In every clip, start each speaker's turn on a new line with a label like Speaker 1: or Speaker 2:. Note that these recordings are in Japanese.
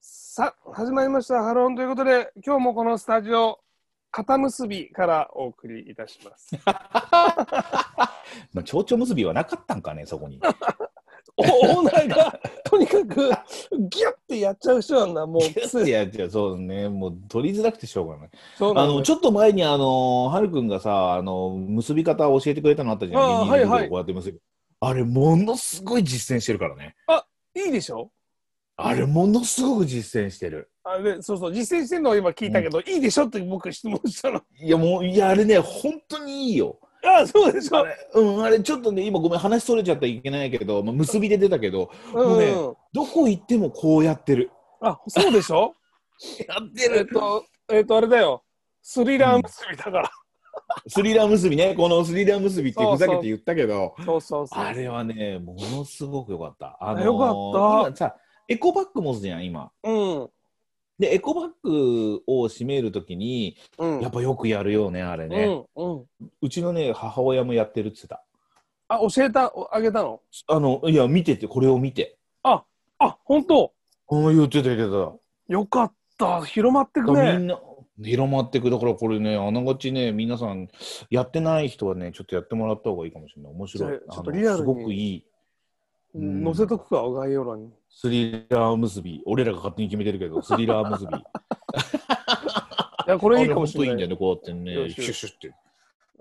Speaker 1: さあ、始まりました。ハローンということで、今日もこのスタジオ、片結びからお送りいたし ます。
Speaker 2: まあ、蝶々結びはなかったんかね、そこに。
Speaker 1: オーナーが、とにかく、ギュッてやっちゃう人なんだ、もう癖。
Speaker 2: いや、じゃそうね、もう取りづらくてしょうがない。
Speaker 1: そう
Speaker 2: あ
Speaker 1: なんだ
Speaker 2: の、ちょっと前に、あの、はるくんがさ、あの、結び方を教えてくれたのあったじゃん。
Speaker 1: あー
Speaker 2: 右手で
Speaker 1: はいはい
Speaker 2: こうやって結ぶ。あれ、ものすごい実践してるからね。
Speaker 1: いいでしょ
Speaker 2: あれ、ものすごく実践してる。
Speaker 1: あれそうそう、実践してるのを今聞いたけど、いいでしょって僕質問したの。
Speaker 2: いや、もう、いや、あれね、本当にいいよ。
Speaker 1: ああ、そうでし
Speaker 2: あ
Speaker 1: ょ。
Speaker 2: れ、うん、あれ、ちょっとね、今ごめん、話それちゃったらいけないけど、まあ、結びで出たけど、もうね
Speaker 1: うん。
Speaker 2: どこ行ってもこうやってる。
Speaker 1: あ、そうでしょ
Speaker 2: やって
Speaker 1: えっと、えっと、あれだよ。スリラー結びだから。
Speaker 2: スリラー結びね、このスリラー結びってふざけて言ったけど、
Speaker 1: そうそうそう。
Speaker 2: あれはね、ものすごく良かった。あ
Speaker 1: よかった
Speaker 2: 今さ、エコバッグ持つじゃん、今。
Speaker 1: うん。
Speaker 2: で、エコバッグを閉めるときに、
Speaker 1: うん。
Speaker 2: やっぱよくやるよね、あれね。
Speaker 1: うん。うん。
Speaker 2: うちのね、母親もやってるって言って
Speaker 1: あ、教えた、おあげたの
Speaker 2: た。あの、いや、見てて、これを見て。
Speaker 1: あ、本当
Speaker 2: うん、言ってた言って
Speaker 1: よかった。広まってく
Speaker 2: た。み
Speaker 1: ね。
Speaker 2: んな、広まってく。だからこれね、あながちね、皆さん、やってない人はね、ちょっとやってもらった方がいいかもしれない。面白い。
Speaker 1: それちょっと
Speaker 2: あの
Speaker 1: リアルに
Speaker 2: すごくいい。
Speaker 1: うん載せとくか、概要欄に。
Speaker 2: スリラー結び。俺らが勝手に決めてるけど、スリラ ー結び。
Speaker 1: いや、こ
Speaker 2: こ
Speaker 1: れいいかもしれない。
Speaker 2: いいんだよね、こうやって
Speaker 1: よ
Speaker 2: ね、
Speaker 1: し
Speaker 2: シュッシュッって。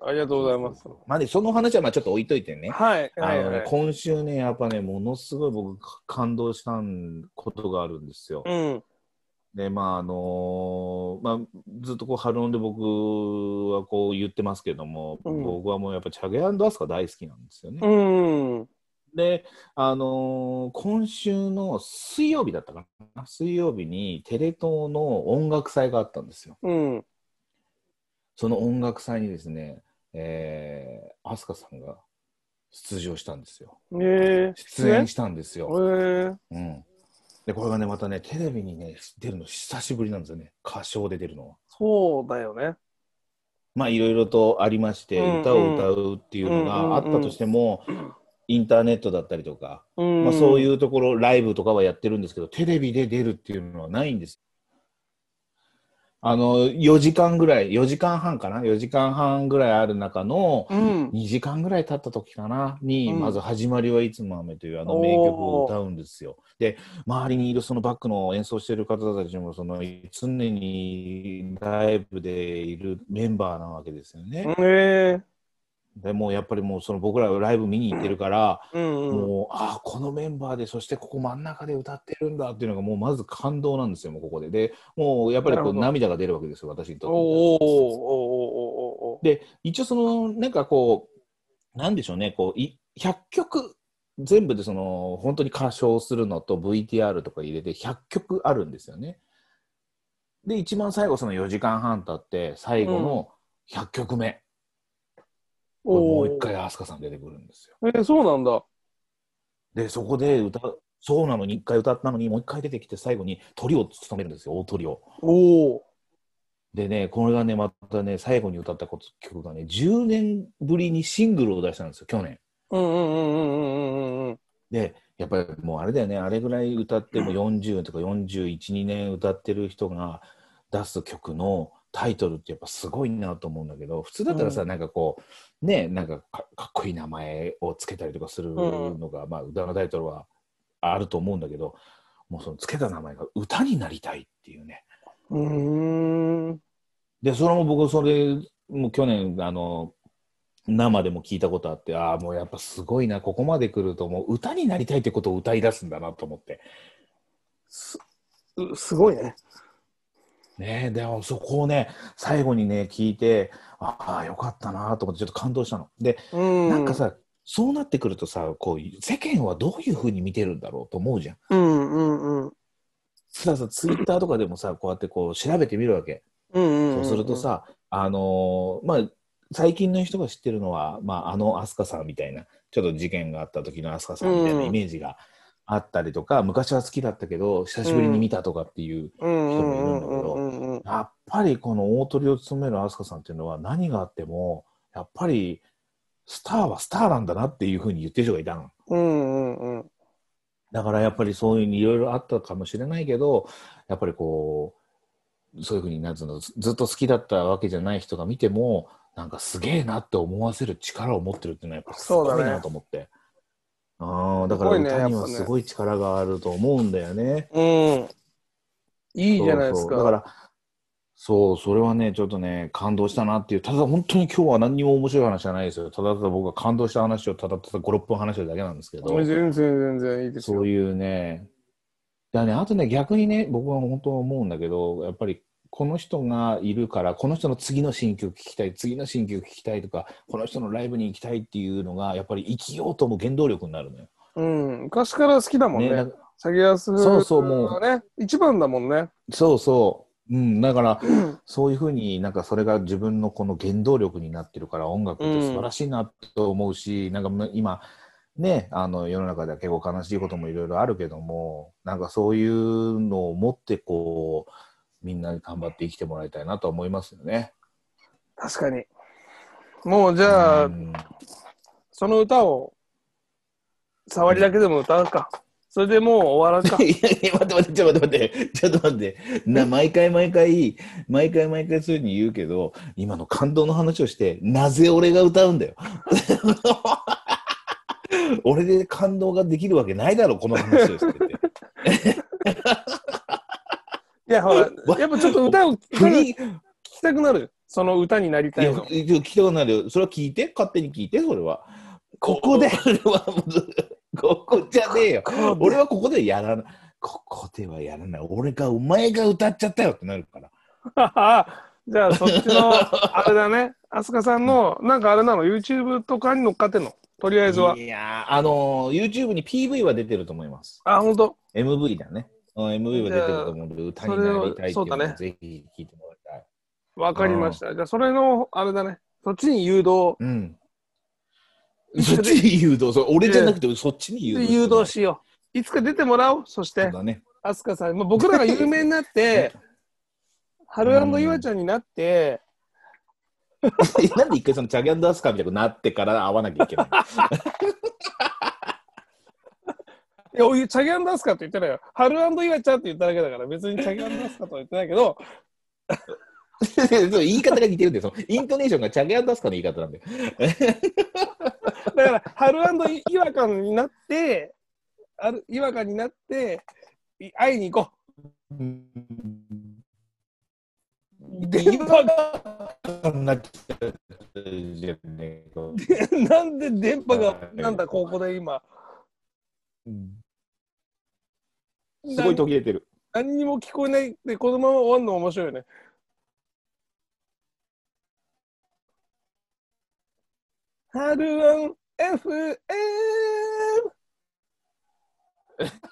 Speaker 1: ありがとうございます。
Speaker 2: まあね、その話はまあちょっと置いといてね。
Speaker 1: はい。は
Speaker 2: あ
Speaker 1: い、
Speaker 2: の
Speaker 1: は
Speaker 2: ね
Speaker 1: い。
Speaker 2: 今週ね、やっぱね、ものすごい僕、か感動したんことがあるんですよ。
Speaker 1: うん。
Speaker 2: で、まあ、あのーまあ、ずっとこう、ハロンで僕はこう言ってますけども、
Speaker 1: うん
Speaker 2: 僕はもうやっぱ、チャゲアスカ大好きなんですよね。
Speaker 1: うん。
Speaker 2: で、あのー今週の水曜日だったかな、水曜日にテレ東の音楽祭があったんですよ。
Speaker 1: うん。
Speaker 2: その音楽祭にですね、えー、アスカさんが出場したんですよ。
Speaker 1: ええ。
Speaker 2: 出演したんです
Speaker 1: え
Speaker 2: よ。
Speaker 1: ー、
Speaker 2: うん、で、これがね、またね、テレビにね、出るの久しぶりなんですよね。歌唱で出るのは。
Speaker 1: そうだよね。
Speaker 2: まあ、いろいろとありまして、
Speaker 1: うんうん
Speaker 2: 歌を歌うっていうの
Speaker 1: うんうんうん
Speaker 2: があったとしても、インターネットだったりとか、
Speaker 1: うん。。
Speaker 2: まあ、そういううところ、ライブとかはやってるんですけど、テレビで出るっていうのはないんです。あの、4時間ぐらい、4時間半かな ?4 時間半ぐらいある中の、
Speaker 1: うん。
Speaker 2: 2時間ぐらい経った時かなに、
Speaker 1: うん
Speaker 2: まず「始まりはいつも雨」というあの名曲を歌うんですよ。で周りにいるそのバックの演奏している方たちもその常にライブでいるメンバーなわけですよね。
Speaker 1: ええ。
Speaker 2: でもうやっぱりもうその僕らはライブ見に行ってるから、
Speaker 1: うん。うん。
Speaker 2: もうああこのメンバーでそしてここ真ん中で歌ってるんだっていうのがもうまず感動なんですよもうここで。でもうやっぱりこ
Speaker 1: なる
Speaker 2: う
Speaker 1: ほど
Speaker 2: 涙が出るわけですよ私にと
Speaker 1: おーおーおー
Speaker 2: ってみたら。
Speaker 1: おーおーおー。
Speaker 2: で、一応その、なんかこう、なんでしょうね、こう、い100曲全部でその、本当に歌唱するのと VTR とか入れて100曲あるんですよね。で、一番最後その4時間半経って、最後の100曲目、これもう一回飛鳥さん出てくるんですよ。
Speaker 1: えー、そうなんだ。
Speaker 2: で、そこで歌う、そうなのに一回歌ったのに、もう一回出てきて最後に鳥を務めるんですよ、大鳥を。
Speaker 1: おお。
Speaker 2: でね、これがね、またね、最後に歌ったこと曲がね、10年ぶりにシングルを出したんですよ、去年。
Speaker 1: うんうんうんうんうんうんうん。
Speaker 2: でやっぱりもうあれだよねあれぐらい歌っても40とか412年歌ってる人が出す曲のタイトルってやっぱすごいなと思うんだけど普通だったらさ、
Speaker 1: う
Speaker 2: なんかこうねなんかかかっこいい名前をつけたりとかするのが、まあ歌のタイトルはあると思うんだけどもうそのつけた名前が歌になりたいっていうね
Speaker 1: うーん。
Speaker 2: でそれも僕それもう去年あの生でも聞いたことあってああもうやっぱすごいなここまで来るともう歌になりたいってことを歌い出すんだなと思って
Speaker 1: す、うすごいね。
Speaker 2: ねえでもそこをね最後にね聞いてああよかったなと思ってちょっと感動したの。で
Speaker 1: うん。
Speaker 2: なんか、さそうなってくるとさこう世間はどういうふうに見てるんだろうと思うじゃん。
Speaker 1: うんうんうん。
Speaker 2: そしたらさツイッターとかでもさこうやってこう調べてみるわけ。
Speaker 1: うんうんうん
Speaker 2: そうすると、さあのーまあ最近の人が知ってるのは、まあ、あの飛鳥さんみたいなちょっと事件があった時の飛鳥さんみたいなイメージがあったりとか、昔は好きだったけど久しぶりに見たとかっていう
Speaker 1: うんう
Speaker 2: 人もいるん
Speaker 1: ん
Speaker 2: だ
Speaker 1: う
Speaker 2: けど
Speaker 1: んうんうんうん。
Speaker 2: やっぱりこの大鳥を務める飛鳥さんっていうのは何があってもやっぱりスターはスターなんだなっていうふうに言ってる人がいたの。
Speaker 1: うんうんうん。
Speaker 2: だからやっぱりそういうのいろいろあったかもしれないけどやっぱりこうそういうふうになんつうのずずっと好きだったわけじゃない人が見てもなんかすげえなって思わせる力を持ってるっていうのはやっぱすご
Speaker 1: そう
Speaker 2: い
Speaker 1: だ
Speaker 2: な
Speaker 1: ね
Speaker 2: と思って。あーだから
Speaker 1: すごいね
Speaker 2: 歌に
Speaker 1: やっ
Speaker 2: は
Speaker 1: ぱね
Speaker 2: すごい力があると思うんだよね。
Speaker 1: うん。いいじゃないで
Speaker 2: そ
Speaker 1: す
Speaker 2: う
Speaker 1: か。
Speaker 2: そうだからそうそれはねちょっとね感動したなっていうただ本当に今日は何にも面白い話じゃないですよただただ僕が感動した話をただただ56分話してるだけなんですけど
Speaker 1: 全然全然いいです
Speaker 2: そ
Speaker 1: よ
Speaker 2: う。いうね、だね、あとね、逆にね、僕は本当思うんだけど、やっぱりこの人がいるから、この人の次の新曲聴きたい、次の新曲聴きたいとか、この人のライブに行きたいっていうのが、やっぱり生きようとも原動力になるのよ。
Speaker 1: うん。昔から好きだもんね。
Speaker 2: なんか
Speaker 1: サギアス
Speaker 2: そうそうもう
Speaker 1: ね、一番だもんね。
Speaker 2: そうそう。うん、だから、そういうふうになんかそれが自分のこの原動力になってるから音楽って素晴らしいなと思うし、なんかむ今ねあの世の中では結構悲しいこともいろいろあるけどもなんかそういうのを持ってこうみんなに頑張って生きてもらいたいなと思いますよね。
Speaker 1: 確かに。もうじゃあ、
Speaker 2: うん。
Speaker 1: その歌を、触りだけでも歌うか。それでもう終わらんか
Speaker 2: いやいや、待って待って、ちょっと待って、ちょっと待って、な毎回毎回、毎回毎回そういうふうに言うけど、今の感動の話をして、なぜ俺が歌うんだよ。 俺で感動ができるわけないだろ、この話をしてて。
Speaker 1: いや、ほら、やっぱちょっと歌を歌
Speaker 2: 不
Speaker 1: が聞
Speaker 2: 倫
Speaker 1: きたくなる。その歌になりた
Speaker 2: いや
Speaker 1: いの。
Speaker 2: 聞きたくなるよ。それは聞いて、勝手に聞いて、それは。ここで、俺はもうここじゃねえよ。俺はここでやらない。ここではやらない。俺が、お前が歌っちゃったよってなるから。
Speaker 1: じゃあ、そっちの、あれだね。飛鳥さんの、なんかあれなの、YouTube とかに乗っかってんの。とりあえずは。
Speaker 2: いやーあのー、YouTube に PV は出てると思います。
Speaker 1: あ、ほんと。
Speaker 2: MV だね。うん、MV は出てると思うので、歌になりたいってい
Speaker 1: そうれはそうだ
Speaker 2: のを
Speaker 1: ね
Speaker 2: ぜひ聞いてもらいたい。
Speaker 1: わかりました。じゃあ、それの、あれだね。そっちに誘導、
Speaker 2: うん。そっちに誘導、そう俺じゃなくて、そっちに誘導。
Speaker 1: 誘導しよう。いつか出てもらおう。そし
Speaker 2: そう
Speaker 1: て、
Speaker 2: だね。
Speaker 1: 飛鳥さん、まあ、僕らが有名になって、ハル岩ちゃんになって、
Speaker 2: なんで一回そのチャギャンダースカーみたいになってから会わなきゃいけないの
Speaker 1: いや、おいチャギアンダースカって言ってないよ。ハル岩ちゃんって言っただけだから、別にチャギアンダースカとは言ってないけど、
Speaker 2: そう言い方が似てるんだよ。そのイントネーションがチャギャンダースカーの言い方なんだよ。
Speaker 1: だから、ハル岩ちゃんになって、ある違和感になって、い会いに行こう。で、違和
Speaker 2: なっちゃうじゃねえか
Speaker 1: 感、 なんで電波が、なんだ、ここで今。
Speaker 2: うんすごい途切れてる。
Speaker 1: 何にも聞こえないでこのまま終わるの面白いよね。ハルアン FM